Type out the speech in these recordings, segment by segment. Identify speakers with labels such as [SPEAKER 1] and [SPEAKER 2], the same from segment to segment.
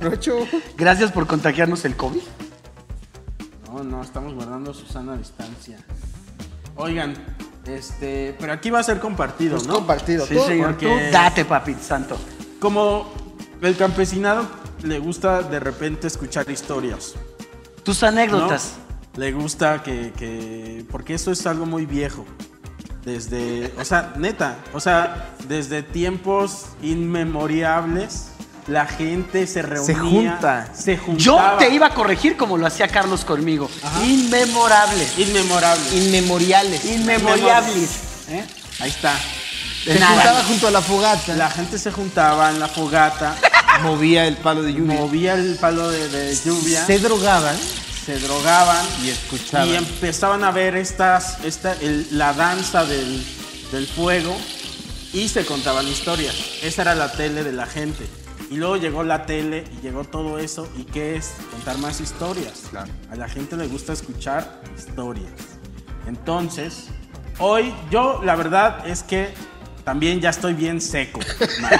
[SPEAKER 1] Rocho.
[SPEAKER 2] Gracias por contagiarnos el COVID.
[SPEAKER 3] No, no, estamos guardando Susana a distancia. Oigan, este, pero aquí va a ser compartido,
[SPEAKER 1] Es
[SPEAKER 2] Pues
[SPEAKER 3] ¿no?
[SPEAKER 1] compartido.
[SPEAKER 2] Sí,
[SPEAKER 1] Tú-
[SPEAKER 2] señor.
[SPEAKER 3] porque-
[SPEAKER 2] Tú date, papi santo.
[SPEAKER 3] Como el campesinado le gusta de repente escuchar historias.
[SPEAKER 2] Tus
[SPEAKER 3] ¿no?
[SPEAKER 2] anécdotas.
[SPEAKER 3] Le gusta que, que- Porque eso es algo muy viejo. Desde. O sea, neta. O sea, desde tiempos inmemorables, la gente se reunía.
[SPEAKER 1] junta.
[SPEAKER 3] Se juntaba.
[SPEAKER 2] Yo te iba a corregir como lo hacía Carlos conmigo. Inmemorables.
[SPEAKER 3] Inmemorable.
[SPEAKER 1] Inmemoriales.
[SPEAKER 2] Inmemoriables.
[SPEAKER 3] ¿Eh? Ahí está.
[SPEAKER 1] Se
[SPEAKER 2] Nada.
[SPEAKER 1] juntaba junto a la fogata.
[SPEAKER 3] La gente se juntaba en la fogata,
[SPEAKER 1] Movía el palo de lluvia.
[SPEAKER 3] movía el palo de, de lluvia,
[SPEAKER 1] Se
[SPEAKER 3] se,
[SPEAKER 1] drogaban
[SPEAKER 3] drogaban
[SPEAKER 1] y escuchaban.
[SPEAKER 3] y em-, empezaban a ver estas, esta, el- la danza del, del fuego y se contaban historias. Esa era la tele de la gente. Y luego llegó la tele y llegó todo eso. ¿Y qué es? Contar más historias.
[SPEAKER 1] Claro.
[SPEAKER 3] A la gente le gusta escuchar historias. Entonces, hoy yo la verdad es que también ya estoy bien seco. mano.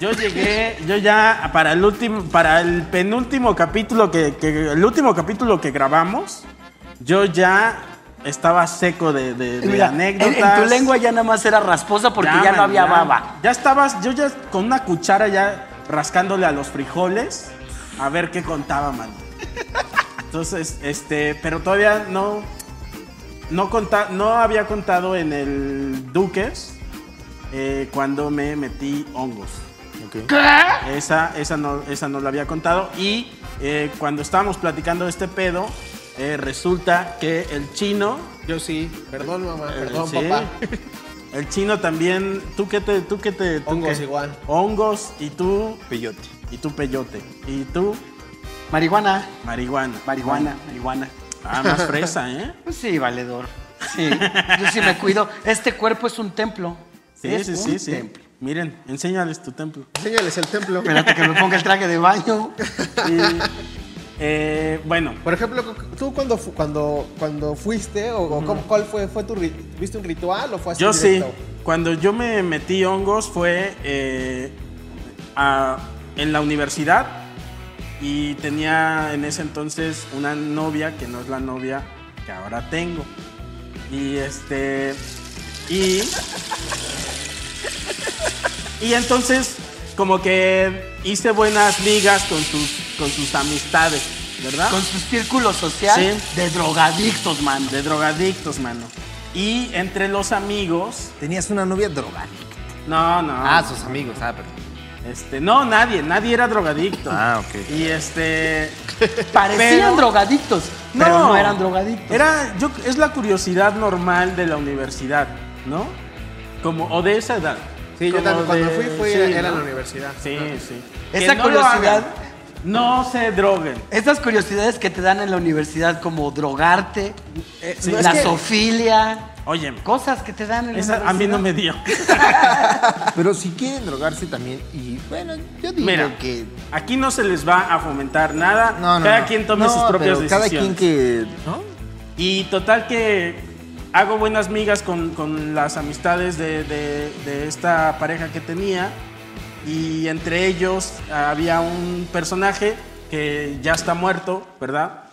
[SPEAKER 3] Yo llegué, yo ya para el último, para el penúltimo capítulo que, que- el último capítulo que grabamos, yo ya estaba seco de, de- de
[SPEAKER 2] Mira, en-
[SPEAKER 3] anécdotas.
[SPEAKER 2] En, tu lengua ya nada más era rasposa porque ya,
[SPEAKER 3] man,
[SPEAKER 2] no había baba.
[SPEAKER 3] Ya estabas, yo ya con una cuchara ya rascándole a los frijoles a ver qué contaba, man. Entonces, este, pero todavía no, no conta- no había contado en el Duques eh, cuando me metí hongos. Esa, esa, no, esa no la había contado. Y eh, cuando estábamos platicando de este pedo, eh, resulta que el chino.
[SPEAKER 1] Yo sí. Perdón, mamá.
[SPEAKER 3] eh,
[SPEAKER 1] Perdón,
[SPEAKER 3] sí,
[SPEAKER 1] papá.
[SPEAKER 3] El chino también. ¿Tú qué te.? Tú qué te tú
[SPEAKER 1] Hongos
[SPEAKER 3] qué?
[SPEAKER 1] igual.
[SPEAKER 3] Hongos y tú.
[SPEAKER 1] Peyote.
[SPEAKER 3] Y tú peyote. Y tú
[SPEAKER 2] Marihuana.
[SPEAKER 3] marihuana.
[SPEAKER 2] Marihuana, marihuana.
[SPEAKER 3] Ah, más fresa, ¿eh?
[SPEAKER 2] Pues sí, valedor. Sí. Yo sí me cuido. Este cuerpo es un templo.
[SPEAKER 3] Sí,
[SPEAKER 2] Es
[SPEAKER 3] sí,
[SPEAKER 2] un
[SPEAKER 3] sí, sí.
[SPEAKER 2] templo.
[SPEAKER 3] Miren, enséñales tu templo.
[SPEAKER 1] Enséñales el templo.
[SPEAKER 2] Espérate que me ponga el traje de baño.
[SPEAKER 3] Y, eh, bueno,
[SPEAKER 1] Por ejemplo, tú cuando, fu- cuando, cuando fuiste, o o cómo- cuál fue, fue tu rit- ¿viste un ritual o fue así?
[SPEAKER 3] Yo sí.
[SPEAKER 1] directo?
[SPEAKER 3] Cuando yo me metí hongos fue eh, a- en la universidad y tenía en ese entonces una novia que no es la novia que ahora tengo. Y este. Y. Y entonces, como que hice buenas ligas con sus, con sus amistades, ¿verdad?
[SPEAKER 2] Con su círculo social
[SPEAKER 3] Sí.
[SPEAKER 2] de drogadictos, mano.
[SPEAKER 3] De drogadictos, mano. Y entre los amigos.
[SPEAKER 4] Tenías una novia drogadicta.
[SPEAKER 3] No, no.
[SPEAKER 4] Ah, sus amigos, ah, perdón.
[SPEAKER 3] Este, no, nadie, nadie era drogadicto.
[SPEAKER 4] Ah, ok.
[SPEAKER 3] Y este.
[SPEAKER 2] Parecían
[SPEAKER 3] pero-
[SPEAKER 2] drogadictos, pero no eran drogadictos.
[SPEAKER 3] Era, yo, es la curiosidad normal de la universidad, ¿no? Como, o de esa edad.
[SPEAKER 1] Sí, yo
[SPEAKER 3] Como
[SPEAKER 1] también cuando
[SPEAKER 3] de-
[SPEAKER 1] fui, fui
[SPEAKER 3] sí,
[SPEAKER 1] era, era
[SPEAKER 3] ¿no?
[SPEAKER 1] la universidad.
[SPEAKER 3] Sí, sí.
[SPEAKER 2] Esa
[SPEAKER 3] Que no lo hagan.
[SPEAKER 2] curiosidad-
[SPEAKER 3] No se droguen.
[SPEAKER 2] Estas curiosidades que te dan en la universidad, como drogarte,
[SPEAKER 3] Eh,
[SPEAKER 1] sí. no, es
[SPEAKER 2] la
[SPEAKER 1] que-
[SPEAKER 2] sofilia,
[SPEAKER 3] Oye,
[SPEAKER 2] cosas que te dan en la
[SPEAKER 3] esa
[SPEAKER 2] universidad.
[SPEAKER 3] a mí no me dio.
[SPEAKER 4] Pero si quieren drogarse también, y bueno, yo digo
[SPEAKER 3] Mira,
[SPEAKER 4] que.
[SPEAKER 3] aquí no se les va a fomentar nada.
[SPEAKER 4] No, no.
[SPEAKER 3] cada
[SPEAKER 4] no.
[SPEAKER 3] quien tome
[SPEAKER 4] No,
[SPEAKER 3] sus propias
[SPEAKER 4] pero
[SPEAKER 3] decisiones.
[SPEAKER 4] Cada quien que. ¿No?
[SPEAKER 3] Y total que hago buenas migas con, con las amistades de, de- de esta pareja que tenía. Y entre ellos había un personaje que ya está muerto, ¿verdad?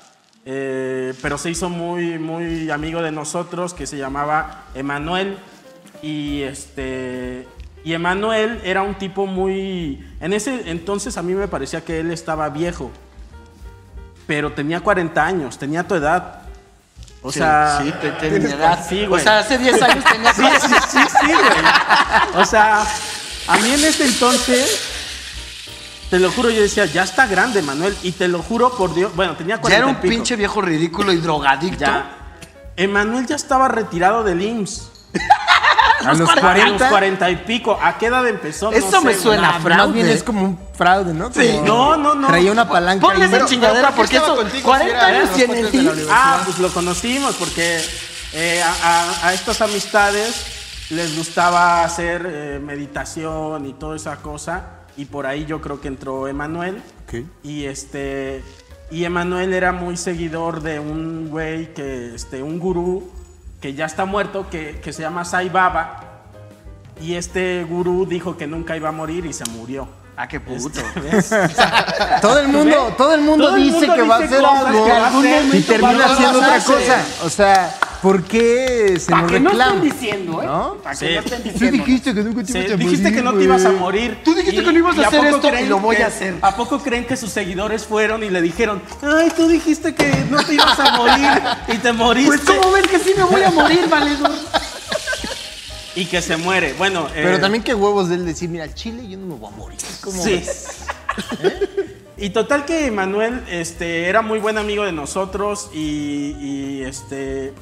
[SPEAKER 3] Eh, pero se hizo muy, muy amigo de nosotros, que se llamaba Emanuel. Y este. Y Emanuel era un tipo muy. En ese entonces a mí me parecía que él estaba viejo. Pero tenía 40 años, tenía tu edad. O sea,
[SPEAKER 2] sí, te, te- mi edad.
[SPEAKER 3] Sí,
[SPEAKER 2] o
[SPEAKER 3] güey.
[SPEAKER 2] sea, hace 10 años tenías
[SPEAKER 3] Sí, sí, sí, sí, güey. O sea, a mí en ese entonces, te lo juro, yo decía, ya está grande, Manuel. Y te lo juro por Dios. Bueno, tenía 40
[SPEAKER 2] Ya era
[SPEAKER 3] y
[SPEAKER 2] un
[SPEAKER 3] pico.
[SPEAKER 2] pinche viejo ridículo y drogadicto.
[SPEAKER 3] Ya. Emanuel ya estaba retirado del IMSS.
[SPEAKER 4] A los
[SPEAKER 3] A los
[SPEAKER 4] 40.
[SPEAKER 3] 40 y pico. ¿A qué edad empezó? No
[SPEAKER 2] Eso me
[SPEAKER 3] sé,
[SPEAKER 2] suena
[SPEAKER 3] güey.
[SPEAKER 2] a
[SPEAKER 4] Más bien
[SPEAKER 2] fraude.
[SPEAKER 4] es como un fraude, ¿no?
[SPEAKER 2] Sí.
[SPEAKER 4] Como-
[SPEAKER 3] No, no, no.
[SPEAKER 4] Traía una palanca.
[SPEAKER 2] Ponle
[SPEAKER 4] ahí.
[SPEAKER 2] esa chingadera
[SPEAKER 1] pero ¿por qué
[SPEAKER 2] porque
[SPEAKER 1] estaba
[SPEAKER 2] eso,
[SPEAKER 1] contigo si
[SPEAKER 2] 40
[SPEAKER 1] era de
[SPEAKER 2] años
[SPEAKER 1] los
[SPEAKER 2] y en el
[SPEAKER 1] cuates de la
[SPEAKER 2] IMSS.
[SPEAKER 1] universidad?
[SPEAKER 3] Ah, pues lo conocimos porque eh, a, a- a estas amistades les gustaba hacer eh, meditación y toda esa cosa. Y por ahí yo creo que entró Emanuel.
[SPEAKER 4] Ok.
[SPEAKER 3] Y este. Y Emanuel era muy seguidor de un güey que. Este, un gurú que ya está muerto, que, que se llama Sai Baba. Y este gurú dijo que nunca iba a morir y se murió.
[SPEAKER 2] Ah, qué puto.
[SPEAKER 4] Todo el mundo, todo el mundo
[SPEAKER 3] Todo el
[SPEAKER 4] dice
[SPEAKER 3] mundo
[SPEAKER 4] que va a
[SPEAKER 3] dice
[SPEAKER 4] hacer
[SPEAKER 3] cosas
[SPEAKER 4] algo
[SPEAKER 3] que algún
[SPEAKER 4] y
[SPEAKER 3] momento
[SPEAKER 4] termina
[SPEAKER 3] va a
[SPEAKER 4] haciendo otra
[SPEAKER 3] pasarse.
[SPEAKER 4] cosa. O sea, ¿por qué se
[SPEAKER 2] Para
[SPEAKER 4] nos
[SPEAKER 2] que no
[SPEAKER 4] reclama?
[SPEAKER 2] estén diciendo, ¿eh?
[SPEAKER 4] ¿No?
[SPEAKER 2] Para que
[SPEAKER 3] Sí.
[SPEAKER 2] no estén
[SPEAKER 4] Tú
[SPEAKER 2] diciendo.
[SPEAKER 4] dijiste que nunca te
[SPEAKER 3] Sí,
[SPEAKER 4] ibas a
[SPEAKER 3] dijiste
[SPEAKER 4] morir,
[SPEAKER 3] que no te
[SPEAKER 4] güey.
[SPEAKER 3] ibas a morir.
[SPEAKER 2] Tú dijiste que no ibas a hacer
[SPEAKER 3] poco
[SPEAKER 2] esto y
[SPEAKER 3] creen
[SPEAKER 2] lo voy a
[SPEAKER 3] que-
[SPEAKER 2] hacer?
[SPEAKER 3] ¿A poco creen que sus seguidores fueron y le dijeron, ay, tú dijiste que no te ibas a morir y te moriste?
[SPEAKER 2] Pues, ¿cómo ven que sí me voy a morir, valedor?
[SPEAKER 3] Y que se muere. Bueno, eh,
[SPEAKER 4] Pero también qué huevos de él decir, mira, al chile yo no me voy a morir. ¿Cómo
[SPEAKER 3] Sí. ¿Eh?
[SPEAKER 4] ves?
[SPEAKER 3] Y total que Manuel este, era muy buen amigo de nosotros y, y, este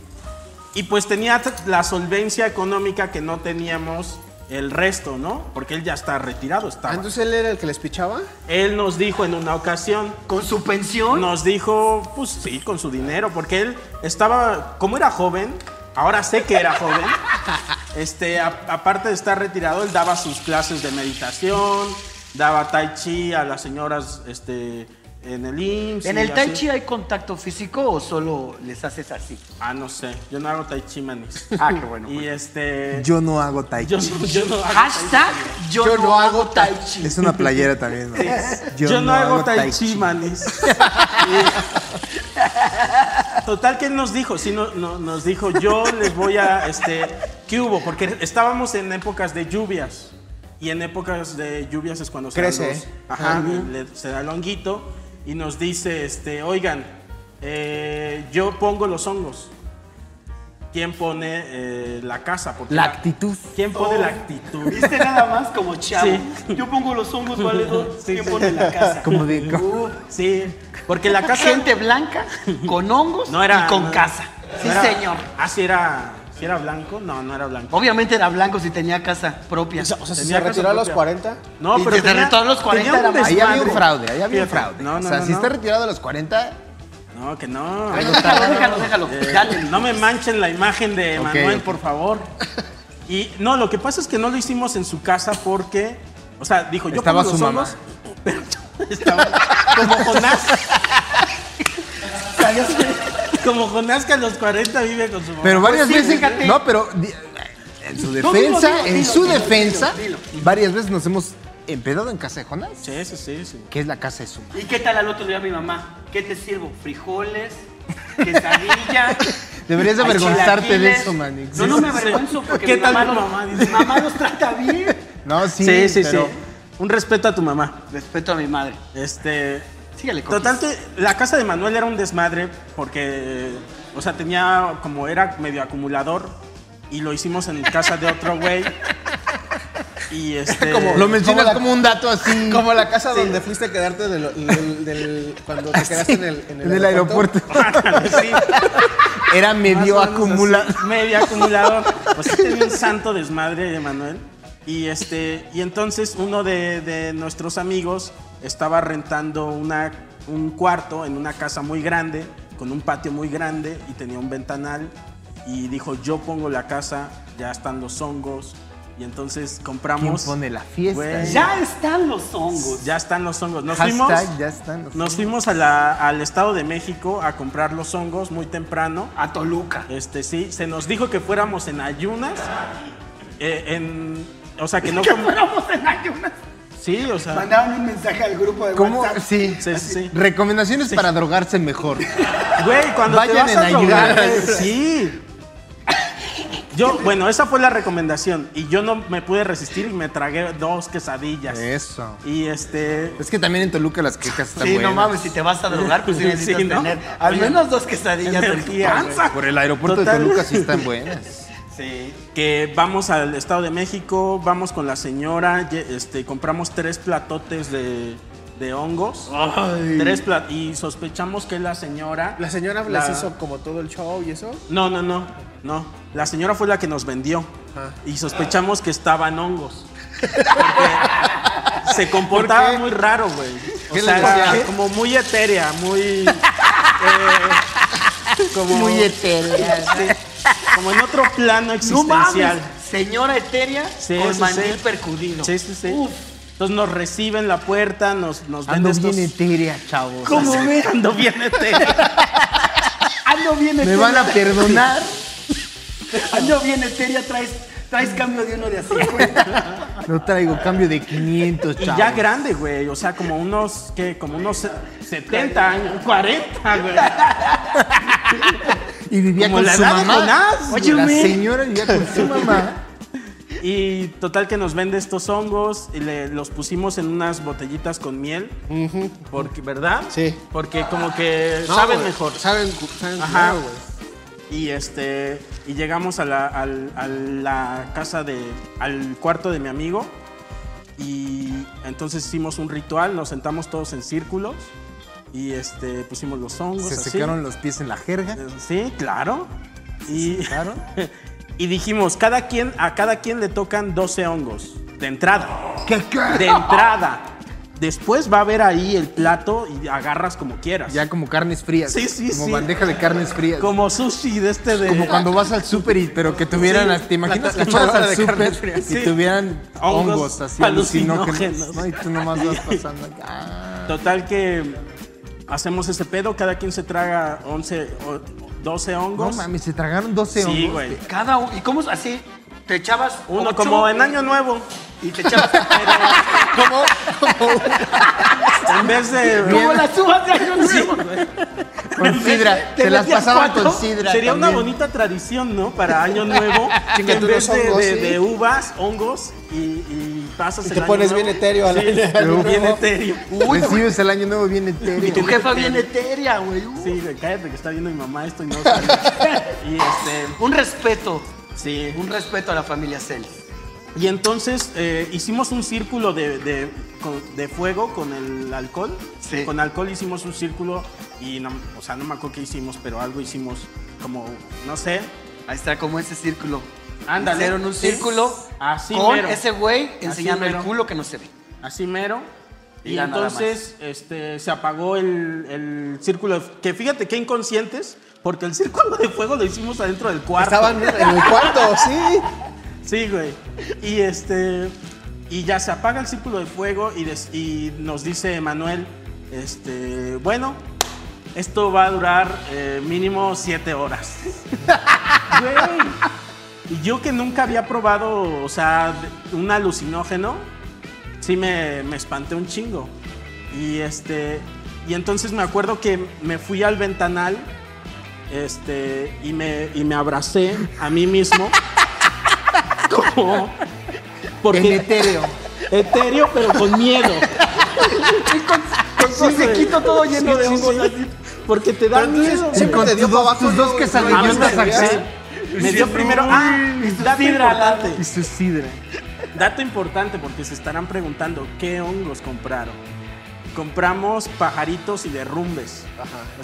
[SPEAKER 3] y pues tenía t- la solvencia económica que no teníamos el resto, ¿no? Porque él ya está retirado,
[SPEAKER 1] Ah,
[SPEAKER 3] estaba.
[SPEAKER 1] entonces él era el que les pichaba.
[SPEAKER 3] él nos dijo en una ocasión,
[SPEAKER 2] ¿Con su pensión?
[SPEAKER 3] nos dijo, pues sí, con su dinero, porque él estaba, como era joven, ahora sé que era joven, este, a- aparte de estar retirado, él daba sus clases de meditación, daba tai chi a las señoras este, en el IMSS.
[SPEAKER 2] ¿En
[SPEAKER 3] y
[SPEAKER 2] el Tai
[SPEAKER 3] así.
[SPEAKER 2] Chi hay contacto físico o solo les haces así?
[SPEAKER 3] Ah, no sé, yo no hago tai chi, manis.
[SPEAKER 2] Ah, qué bueno.
[SPEAKER 3] y este...
[SPEAKER 4] Yo no hago tai
[SPEAKER 3] yo,
[SPEAKER 4] chi.
[SPEAKER 3] no- yo no hago tai
[SPEAKER 2] Hashtag
[SPEAKER 3] chi.
[SPEAKER 2] yo, no hago Tai Chi.
[SPEAKER 4] Es una playera también. ¿no?
[SPEAKER 3] Yo, no, hago, tai, chi, manis. Y- Total que él nos dijo, sí, no- no- nos dijo, yo les voy a, este, ¿qué hubo? Porque estábamos en épocas de lluvias y en épocas de lluvias es cuando se dan
[SPEAKER 1] Crece.
[SPEAKER 3] los- ajá, le- se da el honguito y nos dice, este, oigan, eh, yo pongo los hongos. ¿Quién pone eh, la casa? Porque
[SPEAKER 4] La actitud.
[SPEAKER 3] ¿Quién pone
[SPEAKER 2] Oh.
[SPEAKER 3] la actitud?
[SPEAKER 2] ¿Viste nada más como chavo?
[SPEAKER 3] Sí.
[SPEAKER 2] Yo pongo los hongos, valedor.
[SPEAKER 3] Sí,
[SPEAKER 2] ¿Quién
[SPEAKER 3] sí.
[SPEAKER 2] pone la casa?
[SPEAKER 4] Como de-
[SPEAKER 2] Uh,
[SPEAKER 3] Sí, porque la casa...
[SPEAKER 2] Gente blanca, con hongos
[SPEAKER 3] No era.
[SPEAKER 2] y con
[SPEAKER 3] no-
[SPEAKER 2] casa.
[SPEAKER 3] no
[SPEAKER 2] Sí,
[SPEAKER 3] era-
[SPEAKER 2] señor.
[SPEAKER 3] Ah, sí era. ¿sí era blanco? No, no era blanco.
[SPEAKER 2] Obviamente era blanco si tenía casa
[SPEAKER 3] Oh,
[SPEAKER 2] propia.
[SPEAKER 1] O sea, o sea, si
[SPEAKER 3] Tenía
[SPEAKER 1] se retiró a los
[SPEAKER 3] casa propia.
[SPEAKER 1] 40.
[SPEAKER 3] No,
[SPEAKER 2] Y
[SPEAKER 3] pero.
[SPEAKER 2] se
[SPEAKER 3] tenía-
[SPEAKER 2] derretó a los 40
[SPEAKER 3] tenía un
[SPEAKER 2] era más.
[SPEAKER 4] Ahí había un
[SPEAKER 3] desmadre.
[SPEAKER 4] fraude, ahí había un
[SPEAKER 3] Fíjate,
[SPEAKER 4] fraude.
[SPEAKER 3] No, no,
[SPEAKER 4] o sea,
[SPEAKER 3] no,
[SPEAKER 4] si
[SPEAKER 3] no.
[SPEAKER 4] está retirado a los 40,
[SPEAKER 3] No, que no.
[SPEAKER 2] Ahí está, déjalo, déjalo,
[SPEAKER 3] Eh,
[SPEAKER 2] Dale.
[SPEAKER 3] no me manchen la imagen de
[SPEAKER 4] Ok,
[SPEAKER 3] Manuel,
[SPEAKER 4] ok.
[SPEAKER 3] por favor. Y no, lo que pasa es que no lo hicimos en su casa porque. O sea, dijo, yo
[SPEAKER 4] Estaba
[SPEAKER 3] pongo
[SPEAKER 4] su
[SPEAKER 3] los
[SPEAKER 4] mamá.
[SPEAKER 3] hongos, pero estaba como Jonás. como Jonás que a los 40 vive con su mamá.
[SPEAKER 4] Pero varias
[SPEAKER 2] sí,
[SPEAKER 4] veces.
[SPEAKER 2] fíjate.
[SPEAKER 4] No, pero di- en su
[SPEAKER 2] No, dilo,
[SPEAKER 4] defensa,
[SPEAKER 2] dilo,
[SPEAKER 4] en
[SPEAKER 2] dilo,
[SPEAKER 4] su
[SPEAKER 2] dilo,
[SPEAKER 4] defensa,
[SPEAKER 2] dilo,
[SPEAKER 4] varias veces nos hemos empedado en casa de Jonas,
[SPEAKER 3] Sí, sí, sí, sí.
[SPEAKER 4] que es la casa de su madre.
[SPEAKER 2] ¿Y qué tal al otro día mi mamá? ¿Qué te sirvo? ¿Frijoles? ¿Quesadilla?
[SPEAKER 4] Deberías
[SPEAKER 2] Ay,
[SPEAKER 4] avergonzarte de
[SPEAKER 2] chilaquiles.
[SPEAKER 4] eso, Manix.
[SPEAKER 2] No, no me avergüenzo porque ¿Qué mi, tal mamá,
[SPEAKER 3] mamá?
[SPEAKER 2] los, mi mamá los trata bien.
[SPEAKER 4] No, sí,
[SPEAKER 3] Sí, sí,
[SPEAKER 4] pero-
[SPEAKER 3] sí. Un respeto a tu mamá.
[SPEAKER 2] Respeto a mi madre.
[SPEAKER 3] Este.
[SPEAKER 2] Sígale, Coquis.
[SPEAKER 3] Total que la casa de Manuel era un desmadre porque, o sea, tenía como era medio acumulador y lo hicimos en casa de otro güey. Y este.
[SPEAKER 4] Lo mencionas
[SPEAKER 1] Como la-
[SPEAKER 4] como un dato
[SPEAKER 3] pues,
[SPEAKER 4] así.
[SPEAKER 1] Como la casa donde fuiste a quedarte del, del- del- cuando
[SPEAKER 3] Ah,
[SPEAKER 1] te quedaste en el,
[SPEAKER 4] en el aeropuerto.
[SPEAKER 3] Sí,
[SPEAKER 4] Era medio
[SPEAKER 3] más o menos
[SPEAKER 4] acumula.
[SPEAKER 3] así, Medio acumulador. O sea, tenía un santo desmadre de Manuel. Y este. Y entonces uno de, de nuestros amigos estaba rentando una, un cuarto en una casa muy grande, con un patio muy grande y tenía un ventanal. Y dijo, yo pongo la casa, ya están los hongos. Y entonces
[SPEAKER 4] ¿Quién
[SPEAKER 3] compramos.
[SPEAKER 4] pone la fiesta? ¿eh?
[SPEAKER 3] Güey.
[SPEAKER 2] Ya están los hongos.
[SPEAKER 3] Ya están los hongos. Nos fuimos.
[SPEAKER 4] Hashtag, ya están. los-
[SPEAKER 3] Nos fuimos a la- al Estado de México a comprar los hongos muy temprano.
[SPEAKER 2] A Toluca.
[SPEAKER 3] Este sí, se nos dijo que fuéramos en ayunas. eh, en, o sea, que no com-
[SPEAKER 2] Fuéramos en ayunas.
[SPEAKER 3] Sí, o sea.
[SPEAKER 2] Mandaban un mensaje al grupo de
[SPEAKER 4] ¿Cómo?
[SPEAKER 2] WhatsApp.
[SPEAKER 4] Sí.
[SPEAKER 3] Sí, sí, sí.
[SPEAKER 4] Recomendaciones para drogarse mejor.
[SPEAKER 3] Güey, cuando te
[SPEAKER 4] Vayan
[SPEAKER 3] vas
[SPEAKER 4] en
[SPEAKER 3] a drogar,
[SPEAKER 4] ayunas.
[SPEAKER 3] Sí. Yo, bueno, esa fue la recomendación. Y yo no me pude resistir y me tragué dos quesadillas.
[SPEAKER 4] Eso.
[SPEAKER 3] Y este.
[SPEAKER 4] Es que también en Toluca las quecas están
[SPEAKER 2] Pues Sí,
[SPEAKER 4] buenas.
[SPEAKER 2] no mames, si te vas a drogar, pues sí
[SPEAKER 3] Sí,
[SPEAKER 2] necesitas
[SPEAKER 3] ¿no?
[SPEAKER 2] tener al
[SPEAKER 3] Oye,
[SPEAKER 2] menos dos quesadillas en tu
[SPEAKER 3] energía, güey.
[SPEAKER 2] panza.
[SPEAKER 4] Por el aeropuerto
[SPEAKER 3] Total.
[SPEAKER 4] de Toluca sí están buenas.
[SPEAKER 2] Sí.
[SPEAKER 3] que vamos al Estado de México, vamos con la señora, ye- este, compramos tres platotes de, de hongos. Tres pla- y sospechamos que la señora...
[SPEAKER 1] La señora
[SPEAKER 3] la-
[SPEAKER 1] les hizo como todo el show y eso.
[SPEAKER 3] No, no, no, no. La señora fue la que nos vendió.
[SPEAKER 4] Ah.
[SPEAKER 3] Y sospechamos que estaban hongos. Porque se comportaba muy raro, güey. O
[SPEAKER 4] ¿Qué
[SPEAKER 3] sea,
[SPEAKER 4] le
[SPEAKER 3] era
[SPEAKER 4] decía?
[SPEAKER 3] como muy etérea, muy... eh, como,
[SPEAKER 4] Muy etéreas.
[SPEAKER 3] sí, como en otro plano
[SPEAKER 2] No
[SPEAKER 3] existencial.
[SPEAKER 2] mames, señora etérea
[SPEAKER 3] Sí,
[SPEAKER 2] con
[SPEAKER 3] sí,
[SPEAKER 2] mandil
[SPEAKER 3] sí.
[SPEAKER 2] percudido.
[SPEAKER 3] Sí, sí, sí.
[SPEAKER 2] Uf,
[SPEAKER 3] Entonces nos reciben la puerta, nos, nos ven
[SPEAKER 4] Ando
[SPEAKER 3] estos...
[SPEAKER 4] bien etérea, chavos.
[SPEAKER 2] ¿Cómo ven?
[SPEAKER 3] Ando bien etérea.
[SPEAKER 2] Ando bien
[SPEAKER 4] Me
[SPEAKER 2] etérea.
[SPEAKER 4] van a perdonar.
[SPEAKER 2] Ando bien etérea, traes Traes cambio de uno de a 50.
[SPEAKER 4] No traigo cambio de 500,
[SPEAKER 3] Y
[SPEAKER 4] chavos.
[SPEAKER 3] ya grande, güey. O sea, como unos, ¿qué? Como unos se- 70 años, 40, güey.
[SPEAKER 4] Y vivía
[SPEAKER 3] Como
[SPEAKER 4] con
[SPEAKER 3] la
[SPEAKER 4] su
[SPEAKER 3] edad de
[SPEAKER 4] mamá.
[SPEAKER 3] Jonás,
[SPEAKER 4] Oye, la
[SPEAKER 3] güey.
[SPEAKER 4] señora vivía con su mamá.
[SPEAKER 3] Y total que nos vende estos hongos y le- los pusimos en unas botellitas con miel. porque, ¿Verdad?
[SPEAKER 1] Sí.
[SPEAKER 3] Porque como que
[SPEAKER 1] No,
[SPEAKER 3] saben
[SPEAKER 1] güey,
[SPEAKER 3] mejor.
[SPEAKER 1] Saben, cu- saben
[SPEAKER 3] Ajá.
[SPEAKER 1] culero, güey.
[SPEAKER 3] Y este. Y llegamos a la, al- a la casa de. al cuarto de mi amigo. Y entonces hicimos un ritual, nos sentamos todos en círculos. Y este. pusimos los hongos.
[SPEAKER 4] Se
[SPEAKER 3] así.
[SPEAKER 4] secaron los pies en la jerga.
[SPEAKER 3] Eh, Sí, claro. Y,
[SPEAKER 4] Claro.
[SPEAKER 3] y dijimos, cada quien, a cada quien le tocan 12 hongos. De entrada.
[SPEAKER 4] ¿Qué, qué?
[SPEAKER 3] De entrada. Después va a haber ahí el plato y agarras como quieras.
[SPEAKER 4] Ya como carnes frías.
[SPEAKER 3] Sí, sí,
[SPEAKER 4] como
[SPEAKER 3] sí.
[SPEAKER 4] bandeja de carnes frías.
[SPEAKER 3] Como sushi de este de.
[SPEAKER 4] Como cuando vas al súper y pero que tuvieran,
[SPEAKER 3] Sí,
[SPEAKER 4] las- ¿te imaginas
[SPEAKER 2] la- la
[SPEAKER 4] que fueras
[SPEAKER 2] charola
[SPEAKER 4] al
[SPEAKER 2] de carnes
[SPEAKER 4] súper y
[SPEAKER 2] frías.
[SPEAKER 3] Sí.
[SPEAKER 4] tuvieran
[SPEAKER 3] Hongos
[SPEAKER 4] hongos, así
[SPEAKER 3] alucinógenos.
[SPEAKER 4] alucinógenos? ¿no? Y tú nomás vas pasando acá. Ah.
[SPEAKER 3] Total que hacemos ese pedo, cada quien se traga 11 o 12
[SPEAKER 4] No
[SPEAKER 3] hongos.
[SPEAKER 4] mames, se tragaron 12 hongos.
[SPEAKER 3] sí, güey.
[SPEAKER 2] Cada uno. ¿Y cómo es así? Te echabas
[SPEAKER 3] Uno
[SPEAKER 2] ocho
[SPEAKER 3] como en Año Nuevo,
[SPEAKER 2] Y te echabas. pero
[SPEAKER 1] ¿Cómo?
[SPEAKER 3] en vez de
[SPEAKER 2] como las uvas de Año Nuevo.
[SPEAKER 4] Con sidra.
[SPEAKER 2] Te
[SPEAKER 4] Te las
[SPEAKER 2] metías
[SPEAKER 4] pasaban
[SPEAKER 2] cuatro,
[SPEAKER 4] con sidra.
[SPEAKER 3] Sería una
[SPEAKER 4] también.
[SPEAKER 3] bonita tradición, ¿no? Para Año Nuevo, que en
[SPEAKER 1] tú
[SPEAKER 3] vez
[SPEAKER 1] los
[SPEAKER 3] de,
[SPEAKER 1] hongos,
[SPEAKER 3] de-
[SPEAKER 1] sí.
[SPEAKER 3] de uvas, hongos y, y pasas
[SPEAKER 1] Y
[SPEAKER 3] el
[SPEAKER 1] te
[SPEAKER 3] Año
[SPEAKER 1] pones
[SPEAKER 3] Nuevo.
[SPEAKER 1] bien etéreo al
[SPEAKER 3] Sí,
[SPEAKER 1] año- al año
[SPEAKER 3] bien
[SPEAKER 1] nuevo. Uh.
[SPEAKER 3] etéreo.
[SPEAKER 2] Uy, güey.
[SPEAKER 4] Recibes el año nuevo bien etéreo.
[SPEAKER 2] Y tu jefa bien etérea, güey. Uy.
[SPEAKER 3] Sí, güey, cállate que está viendo mi mamá esto y no. y este,
[SPEAKER 2] Un respeto.
[SPEAKER 3] sí.
[SPEAKER 2] Un respeto a la familia Celis.
[SPEAKER 3] Y entonces eh, hicimos un círculo de, de- con- de fuego con el alcohol.
[SPEAKER 2] Sí.
[SPEAKER 3] Con alcohol hicimos un círculo y, no, o sea, no me acuerdo qué hicimos, pero algo hicimos como, no sé.
[SPEAKER 2] Ahí está, como ese círculo.
[SPEAKER 3] Ándale.
[SPEAKER 2] Hicieron un
[SPEAKER 3] Sí.
[SPEAKER 2] círculo
[SPEAKER 3] Así
[SPEAKER 2] con
[SPEAKER 3] mero.
[SPEAKER 2] ese güey
[SPEAKER 3] Así
[SPEAKER 2] enseñando el
[SPEAKER 3] mero.
[SPEAKER 2] culo que no se ve.
[SPEAKER 3] Así mero.
[SPEAKER 2] Y
[SPEAKER 3] Y,
[SPEAKER 2] ya nada
[SPEAKER 3] entonces este, se apagó el, el círculo. de- Que fíjate qué inconscientes, porque el círculo de fuego lo hicimos adentro del cuarto.
[SPEAKER 1] Estaban en el cuarto, sí.
[SPEAKER 3] Sí, güey. Y este. Y ya se apaga el círculo de fuego y, des- y nos dice Manuel, este, bueno, esto va a durar eh, mínimo siete horas. Güey. Y yo que nunca había probado, o sea, de- un alucinógeno, sí me, me espanté un chingo. Y este. Y entonces me acuerdo que me fui al ventanal este, y, me, y me abracé a mí mismo. como.
[SPEAKER 4] En
[SPEAKER 3] Porque.
[SPEAKER 4] etéreo.
[SPEAKER 3] Etéreo, pero con miedo.
[SPEAKER 2] Con
[SPEAKER 3] Sí, güey.
[SPEAKER 2] sequito todo lleno
[SPEAKER 3] Sí,
[SPEAKER 2] de
[SPEAKER 3] sí,
[SPEAKER 2] hongos
[SPEAKER 3] sí.
[SPEAKER 2] así.
[SPEAKER 3] Porque te da
[SPEAKER 1] Pero entonces,
[SPEAKER 3] miedo.
[SPEAKER 1] sí,
[SPEAKER 4] Y
[SPEAKER 3] güey.
[SPEAKER 1] Siempre
[SPEAKER 4] con
[SPEAKER 1] te dio
[SPEAKER 4] tus
[SPEAKER 1] pa'
[SPEAKER 4] dos,
[SPEAKER 1] abajo,
[SPEAKER 4] tus
[SPEAKER 1] yo-
[SPEAKER 4] dos
[SPEAKER 1] yo-
[SPEAKER 3] A mí
[SPEAKER 4] quesadillas
[SPEAKER 1] yo- yo-
[SPEAKER 3] me,
[SPEAKER 4] al
[SPEAKER 1] yo-
[SPEAKER 3] sí,
[SPEAKER 4] final.
[SPEAKER 3] me dio primero. Ah,
[SPEAKER 2] Y su
[SPEAKER 3] dato
[SPEAKER 2] sidra al lado.
[SPEAKER 3] importante.
[SPEAKER 4] Y su sidra.
[SPEAKER 3] Dato importante porque se estarán preguntando qué hongos compraron. Compramos pajaritos y derrumbes.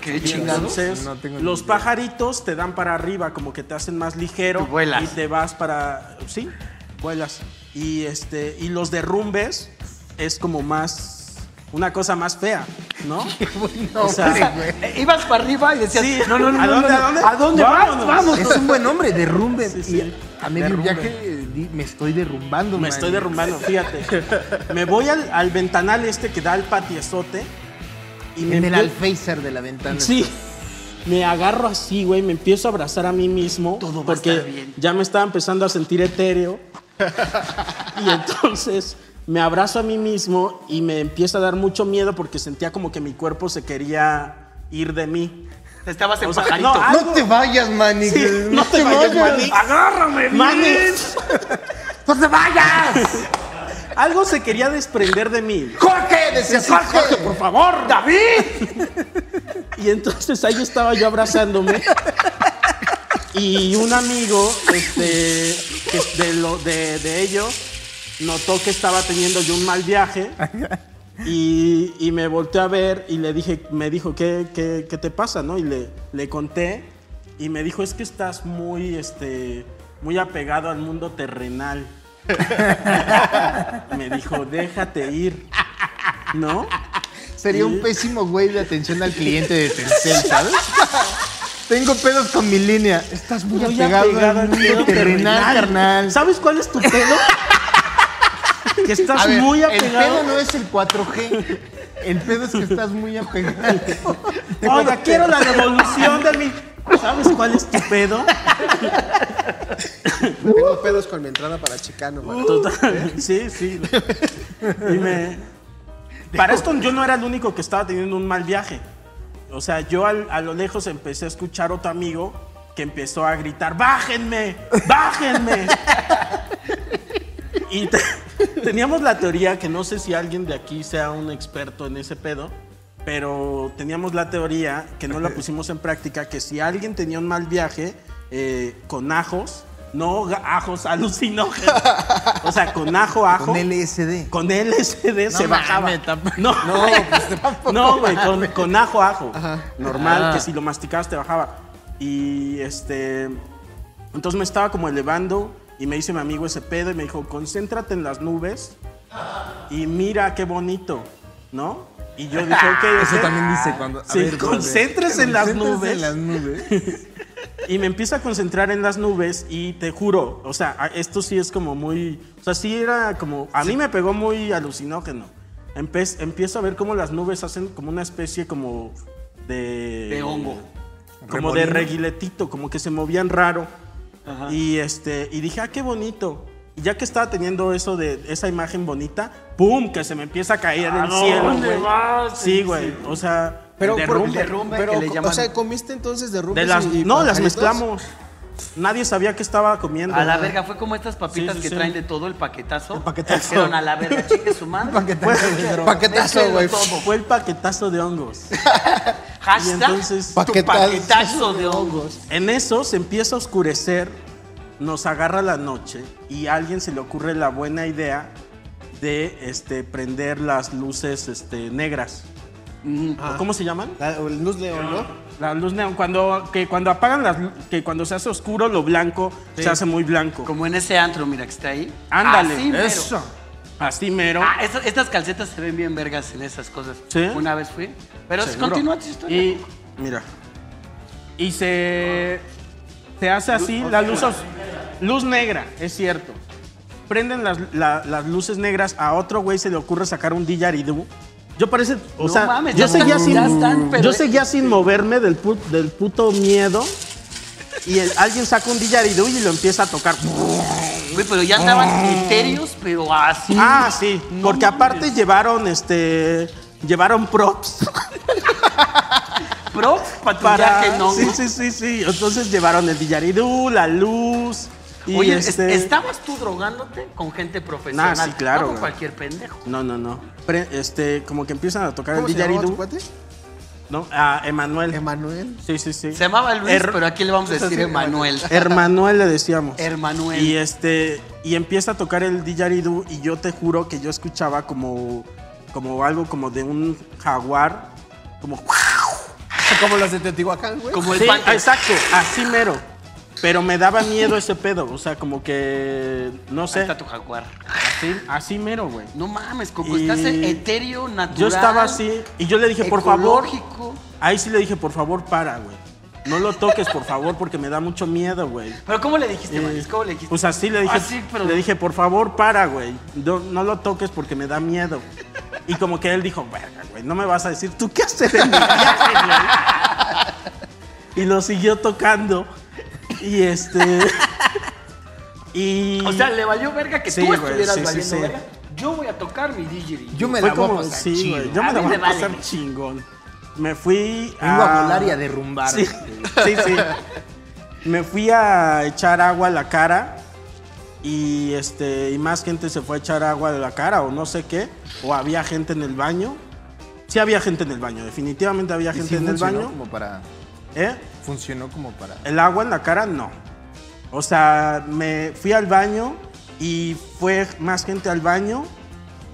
[SPEAKER 2] Qué
[SPEAKER 3] Y
[SPEAKER 2] chingados.
[SPEAKER 3] Entonces,
[SPEAKER 4] No tengo ni
[SPEAKER 3] los pajaritos te dan para arriba, como que te hacen más ligero.
[SPEAKER 2] Tú vuelas.
[SPEAKER 3] Y te vas para. Sí, vuelas. Y este. Y los derrumbes es como más. Una cosa más fea, ¿no?
[SPEAKER 4] Bueno,
[SPEAKER 3] O sea,
[SPEAKER 4] güey.
[SPEAKER 2] Eh, Ibas para arriba y decías,
[SPEAKER 3] Sí.
[SPEAKER 2] no, no, no,
[SPEAKER 3] ¿A
[SPEAKER 2] no,
[SPEAKER 3] dónde,
[SPEAKER 2] no,
[SPEAKER 3] a dónde?
[SPEAKER 2] ¿A dónde vas?
[SPEAKER 3] Vámonos.
[SPEAKER 2] Vamos.
[SPEAKER 4] Es un buen hombre, derrumbe.
[SPEAKER 3] Sí, sí.
[SPEAKER 4] Y a medio
[SPEAKER 3] Derrumbe.
[SPEAKER 4] viaje eh, di- me estoy derrumbando,
[SPEAKER 3] Me
[SPEAKER 4] man.
[SPEAKER 3] estoy derrumbando, fíjate. Me voy al, al ventanal este que da al patiezote. Y me
[SPEAKER 4] En el
[SPEAKER 3] empie-
[SPEAKER 4] alféizar de la ventana.
[SPEAKER 3] Sí. Me agarro así, güey, me empiezo a abrazar a mí mismo.
[SPEAKER 2] Todo va a
[SPEAKER 3] porque
[SPEAKER 2] estar bien.
[SPEAKER 3] ya me estaba empezando a sentir etéreo. y entonces me abrazo a mí mismo y me empieza a dar mucho miedo porque sentía como que mi cuerpo se quería ir de mí.
[SPEAKER 2] Estabas en
[SPEAKER 3] O sea,
[SPEAKER 2] pajarito.
[SPEAKER 3] no, ah,
[SPEAKER 4] No te vayas, Manix.
[SPEAKER 3] Sí, no te vayas, Manix.
[SPEAKER 4] Agárrame,
[SPEAKER 3] Manix.
[SPEAKER 4] No te vayas.
[SPEAKER 3] Algo se quería desprender de mí.
[SPEAKER 4] Jorge, decías Jorge.
[SPEAKER 3] por favor, David. Y entonces ahí estaba yo abrazándome. Y un amigo este, que es de, lo- de- de ellos notó que estaba teniendo yo un mal viaje. Y, y me volteó a ver y le dije, me dijo, ¿qué, qué- qué te pasa? ¿no? Y le, le conté. Y me dijo, es que estás muy, este, muy apegado al mundo terrenal. me dijo, déjate ir. ¿No?
[SPEAKER 4] Sería un pésimo güey de atención al cliente de Telcel, ¿sabes? Tengo pedos con mi línea. Estás muy
[SPEAKER 3] Muy
[SPEAKER 4] apegado,
[SPEAKER 3] apegado
[SPEAKER 4] al
[SPEAKER 3] pedo
[SPEAKER 4] mundo terrenal, carnal.
[SPEAKER 3] ¿Sabes cuál es tu pedo? que estás
[SPEAKER 4] A ver,
[SPEAKER 3] muy
[SPEAKER 4] El pedo
[SPEAKER 3] apegado.
[SPEAKER 4] no es el 4G. El pedo es que estás muy apegado.
[SPEAKER 3] Oiga, quiero la devolución de mi. ¿Sabes cuál es tu pedo?
[SPEAKER 1] Tengo pedos con mi entrada para Chicano,
[SPEAKER 4] Uh.
[SPEAKER 1] mano.
[SPEAKER 3] Total. Sí, sí. Y me- Para esto yo no era el único que estaba teniendo un mal viaje. O sea, yo al- a lo lejos empecé a escuchar a otro amigo que empezó a gritar, bájenme, bájenme. y te- teníamos la teoría, que no sé si alguien de aquí sea un experto en ese pedo, pero teníamos la teoría, que no la pusimos en práctica, que si alguien tenía un mal viaje eh, con ajos, no ga- ajos alucinógenos, o sea, con ajo, ajo.
[SPEAKER 4] Con LSD.
[SPEAKER 3] Con LSD se
[SPEAKER 2] mames,
[SPEAKER 3] bajaba.
[SPEAKER 2] tampoco.
[SPEAKER 3] No,
[SPEAKER 1] No, pues
[SPEAKER 3] no, güey, con, con ajo, ajo. Normal,
[SPEAKER 2] Ah.
[SPEAKER 3] que si lo masticabas te bajaba. Y este. Entonces me estaba como elevando y me dice mi amigo ese pedo y me dijo: concéntrate en las nubes y mira qué bonito, ¿no? Y yo dije: ok,
[SPEAKER 5] Eso
[SPEAKER 3] ok".
[SPEAKER 5] también dice cuando. a
[SPEAKER 3] Sí,
[SPEAKER 5] ver, brother,
[SPEAKER 3] concéntrese en las
[SPEAKER 5] concéntrese
[SPEAKER 3] nubes.
[SPEAKER 5] en las nubes.
[SPEAKER 3] Y me empiezo a concentrar en las nubes y te juro, o sea, a- esto sí es como muy, o sea, sí era como, a mí me pegó muy alucinógeno. Empe- empiezo a ver cómo las nubes hacen como una especie como de...
[SPEAKER 2] De hongo.
[SPEAKER 3] Como de reguiletito, como que se movían raro. Y, este, y dije, ah, qué bonito. Y ya que estaba teniendo eso de esa imagen bonita, ¡pum! Que se me empieza a caer el cielo,
[SPEAKER 2] Ah, dónde
[SPEAKER 3] güey.
[SPEAKER 2] vas?
[SPEAKER 3] Sí, güey, o sea...
[SPEAKER 1] Pero,
[SPEAKER 2] El
[SPEAKER 1] por-
[SPEAKER 2] derrumbe, derrumbe
[SPEAKER 1] pero,
[SPEAKER 2] que le
[SPEAKER 1] o
[SPEAKER 2] llaman.
[SPEAKER 1] sea, ¿comiste entonces derrumbes
[SPEAKER 3] de las,
[SPEAKER 1] y- y
[SPEAKER 3] no, las
[SPEAKER 1] pajaritos?
[SPEAKER 3] mezclamos. Nadie sabía qué estaba comiendo.
[SPEAKER 2] A la verga, fue como estas papitas
[SPEAKER 3] Sí, sí,
[SPEAKER 2] que
[SPEAKER 3] sí.
[SPEAKER 2] traen de todo el paquetazo. El
[SPEAKER 5] paquetazo.
[SPEAKER 2] Dijeron a la verga, chique su madre.
[SPEAKER 5] Paquetazo de droga.
[SPEAKER 1] Paquetazo,
[SPEAKER 2] Mételo
[SPEAKER 1] güey.
[SPEAKER 2] todo.
[SPEAKER 3] Fue el paquetazo de hongos.
[SPEAKER 2] Hashtag
[SPEAKER 3] Y entonces-
[SPEAKER 2] tu
[SPEAKER 1] Paquetazo.
[SPEAKER 2] paquetazo de hongos.
[SPEAKER 3] En eso se empieza a oscurecer, nos agarra la noche y a alguien se le ocurre la buena idea de este, prender las luces este, negras.
[SPEAKER 2] Mm, ah.
[SPEAKER 3] ¿O ¿Cómo se llaman?
[SPEAKER 1] La- o el luz león, ¿no?
[SPEAKER 3] La luz neón. Cuando, que cuando apagan las lu- que cuando se hace oscuro, lo blanco se hace muy blanco.
[SPEAKER 2] Como en ese antro, mira, que está ahí.
[SPEAKER 3] Ándale.
[SPEAKER 2] Así mero.
[SPEAKER 3] Eso. Así mero.
[SPEAKER 2] Ah, esta- estas calcetas se ven bien vergas en esas cosas.
[SPEAKER 3] Sí.
[SPEAKER 2] Una vez fui. Pero
[SPEAKER 3] Seguro.
[SPEAKER 2] continúa tu historia.
[SPEAKER 3] Y mira. Y se se hace así la luz os- luz negra, es cierto. Prenden las, la- las luces negras, a otro güey se le ocurre sacar un Didgeridoo. Yo parece, o
[SPEAKER 2] No
[SPEAKER 3] sea,
[SPEAKER 2] mames,
[SPEAKER 3] yo
[SPEAKER 2] ya
[SPEAKER 3] seguía
[SPEAKER 2] están-
[SPEAKER 3] sin
[SPEAKER 2] ya están, pero- eh.
[SPEAKER 3] yo seguía sin moverme del, pu- del puto miedo. Y el- alguien saca un Didgeridoo y lo empieza a tocar.
[SPEAKER 2] Güey, pero ya andaban criterios, pero así.
[SPEAKER 3] Ah, sí, porque aparte llevaron este llevaron props.
[SPEAKER 2] Pro, para tu
[SPEAKER 3] para-
[SPEAKER 2] viaje, no.
[SPEAKER 3] Sí, sí, sí, sí. Entonces llevaron el dillaridú, la luz. Y
[SPEAKER 2] Oye, es-
[SPEAKER 3] este...
[SPEAKER 2] ¿estabas tú drogándote con gente profesional?
[SPEAKER 3] Nah, sí, claro,
[SPEAKER 2] No con
[SPEAKER 3] güey.
[SPEAKER 2] cualquier pendejo.
[SPEAKER 3] No, no, no. Pre- este, como que empiezan a tocar el
[SPEAKER 1] ¿Cómo se llamaba tu
[SPEAKER 3] dillaridú.
[SPEAKER 1] cuate?
[SPEAKER 3] ¿No? A Emanuel.
[SPEAKER 1] Emanuel.
[SPEAKER 3] sí, sí, sí.
[SPEAKER 2] Se llamaba Luis,
[SPEAKER 3] Er-
[SPEAKER 2] pero aquí le vamos a decir Emanuel.
[SPEAKER 3] Hermanuel le decíamos.
[SPEAKER 2] Hermanuel.
[SPEAKER 3] Y este. Y empieza a tocar el dillaridú. Y yo te juro que yo escuchaba como. como algo como de un jaguar. Como.
[SPEAKER 1] Como los de Teotihuacán, güey.
[SPEAKER 2] Como el
[SPEAKER 3] Sí,
[SPEAKER 2] Paco.
[SPEAKER 3] exacto, así mero. Pero me daba miedo ese pedo, o sea, como que no
[SPEAKER 2] Ahí
[SPEAKER 3] sé,
[SPEAKER 2] está tu jaguar.
[SPEAKER 3] así, así mero, güey.
[SPEAKER 2] No mames, Coco,
[SPEAKER 3] Y-
[SPEAKER 2] estás etéreo, natural.
[SPEAKER 3] Yo estaba así y yo le dije, por favor,
[SPEAKER 2] ecológico.
[SPEAKER 3] ahí sí le dije, por favor, para, güey. No lo toques, por favor, porque me da mucho miedo, güey.
[SPEAKER 2] Pero ¿cómo le dijiste, Manis?
[SPEAKER 3] Eh,
[SPEAKER 2] ¿Cómo le dijiste?
[SPEAKER 3] Pues así le dije,
[SPEAKER 2] Así, pero-
[SPEAKER 3] le dije, por favor, para, güey. No, no lo toques porque me da miedo. Y como que él dijo, verga, güey, no me vas a decir, ¿tú qué haces en mi viaje, güey?" Y lo siguió tocando. Y este... Y...
[SPEAKER 2] O sea, le valió verga que
[SPEAKER 3] Sí,
[SPEAKER 2] tú
[SPEAKER 3] güey,
[SPEAKER 2] estuvieras
[SPEAKER 3] sí, sí,
[SPEAKER 2] valiendo
[SPEAKER 3] sí.
[SPEAKER 2] verga. Yo voy a tocar mi DJ.
[SPEAKER 4] Yo me
[SPEAKER 3] fue
[SPEAKER 4] la voy a
[SPEAKER 3] como,
[SPEAKER 4] pasar
[SPEAKER 3] sí,
[SPEAKER 4] chido.
[SPEAKER 3] güey, yo
[SPEAKER 2] A
[SPEAKER 3] me la
[SPEAKER 2] mí
[SPEAKER 3] voy
[SPEAKER 2] me
[SPEAKER 3] a
[SPEAKER 2] vale,
[SPEAKER 3] pasar
[SPEAKER 2] güey.
[SPEAKER 3] chingón. Me fui
[SPEAKER 4] Vengo a volar y a derrumbar.
[SPEAKER 3] Ah. Sí, sí, sí. Me fui a echar agua a la cara y este y más gente se fue a echar agua a la cara o no sé qué o había gente en el baño. Sí había gente en el baño, definitivamente había
[SPEAKER 4] ¿Y
[SPEAKER 3] gente
[SPEAKER 4] sí
[SPEAKER 3] en el
[SPEAKER 4] funcionó
[SPEAKER 3] baño.
[SPEAKER 4] Como para,
[SPEAKER 3] ¿Eh?
[SPEAKER 4] funcionó como para.
[SPEAKER 3] El agua en la cara no. O sea, me fui al baño y fue más gente al baño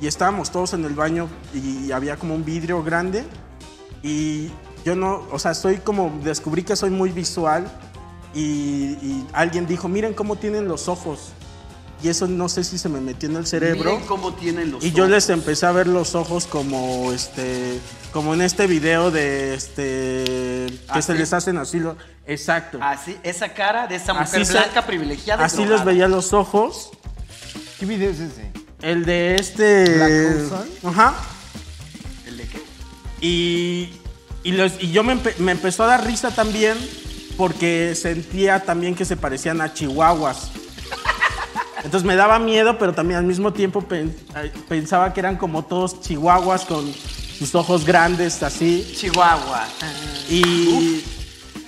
[SPEAKER 3] y estábamos todos en el baño y había como un vidrio grande y yo no, o sea, soy como, descubrí que soy muy visual y, y alguien dijo, miren cómo tienen los ojos. Y eso no sé si se me metió en el cerebro.
[SPEAKER 2] Miren cómo tienen los
[SPEAKER 3] Y yo
[SPEAKER 2] ojos.
[SPEAKER 3] les empecé a ver los ojos como este como en este video de este que
[SPEAKER 2] Así.
[SPEAKER 3] se les hacen así los exacto.
[SPEAKER 2] Así, esa cara de esa mujer
[SPEAKER 3] se-
[SPEAKER 2] blanca privilegiada.
[SPEAKER 3] Así
[SPEAKER 2] drogada.
[SPEAKER 3] les veía los ojos.
[SPEAKER 4] ¿Qué video es ese?
[SPEAKER 3] El de este.
[SPEAKER 4] Black Hole
[SPEAKER 3] Ajá.
[SPEAKER 2] ¿El de qué?
[SPEAKER 3] Y, y, los- y yo me, empe- me empezó a dar risa también porque sentía también que se parecían a chihuahuas. Entonces me daba miedo, pero también al mismo tiempo pen- ay, pensaba que eran como todos chihuahuas con sus ojos grandes así.
[SPEAKER 2] Chihuahua.
[SPEAKER 3] Y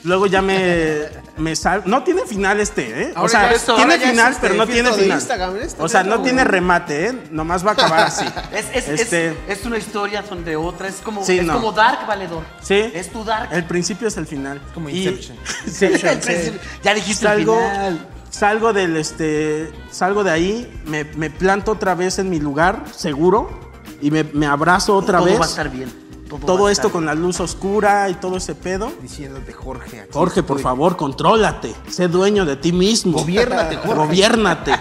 [SPEAKER 3] luego ya me, me sal... No tiene final este, ¿eh? o
[SPEAKER 1] Ahora
[SPEAKER 3] sea,
[SPEAKER 1] ya es-
[SPEAKER 3] tiene
[SPEAKER 1] ahora ya es
[SPEAKER 3] final,
[SPEAKER 1] este
[SPEAKER 3] pero no tiene
[SPEAKER 1] filtro de
[SPEAKER 3] final.
[SPEAKER 1] Instagram, ¿eh?
[SPEAKER 2] este
[SPEAKER 1] Está
[SPEAKER 3] o sea,
[SPEAKER 1] bien,
[SPEAKER 3] no
[SPEAKER 1] güey.
[SPEAKER 3] tiene remate, ¿eh? Nomás va a acabar así.
[SPEAKER 2] Es, es, es-
[SPEAKER 3] Este,
[SPEAKER 2] es una historia sobre otra, es como,
[SPEAKER 3] Sí,
[SPEAKER 2] es
[SPEAKER 3] no.
[SPEAKER 2] como Dark Valedor.
[SPEAKER 3] Sí.
[SPEAKER 2] Es tu Dark.
[SPEAKER 3] El principio es el final.
[SPEAKER 5] como
[SPEAKER 3] Y-
[SPEAKER 5] Inception.
[SPEAKER 3] Sí,
[SPEAKER 2] El
[SPEAKER 3] sí.
[SPEAKER 2] principio. Ya dijiste el
[SPEAKER 3] Salgo,
[SPEAKER 2] final.
[SPEAKER 3] salgo del este. Salgo de ahí, me, me planto otra vez en mi lugar, seguro, y me, me abrazo otra
[SPEAKER 2] Todo
[SPEAKER 3] vez.
[SPEAKER 2] va a estar bien.
[SPEAKER 3] todo
[SPEAKER 2] va a
[SPEAKER 3] esto
[SPEAKER 2] estar
[SPEAKER 3] con la luz oscura y todo ese pedo.
[SPEAKER 5] Diciéndote, Jorge. aquí
[SPEAKER 3] Jorge, por
[SPEAKER 5] estoy.
[SPEAKER 3] favor, contrólate. Sé dueño de ti mismo.
[SPEAKER 4] Gobiérnate, Jorge.
[SPEAKER 3] Gobiérnate.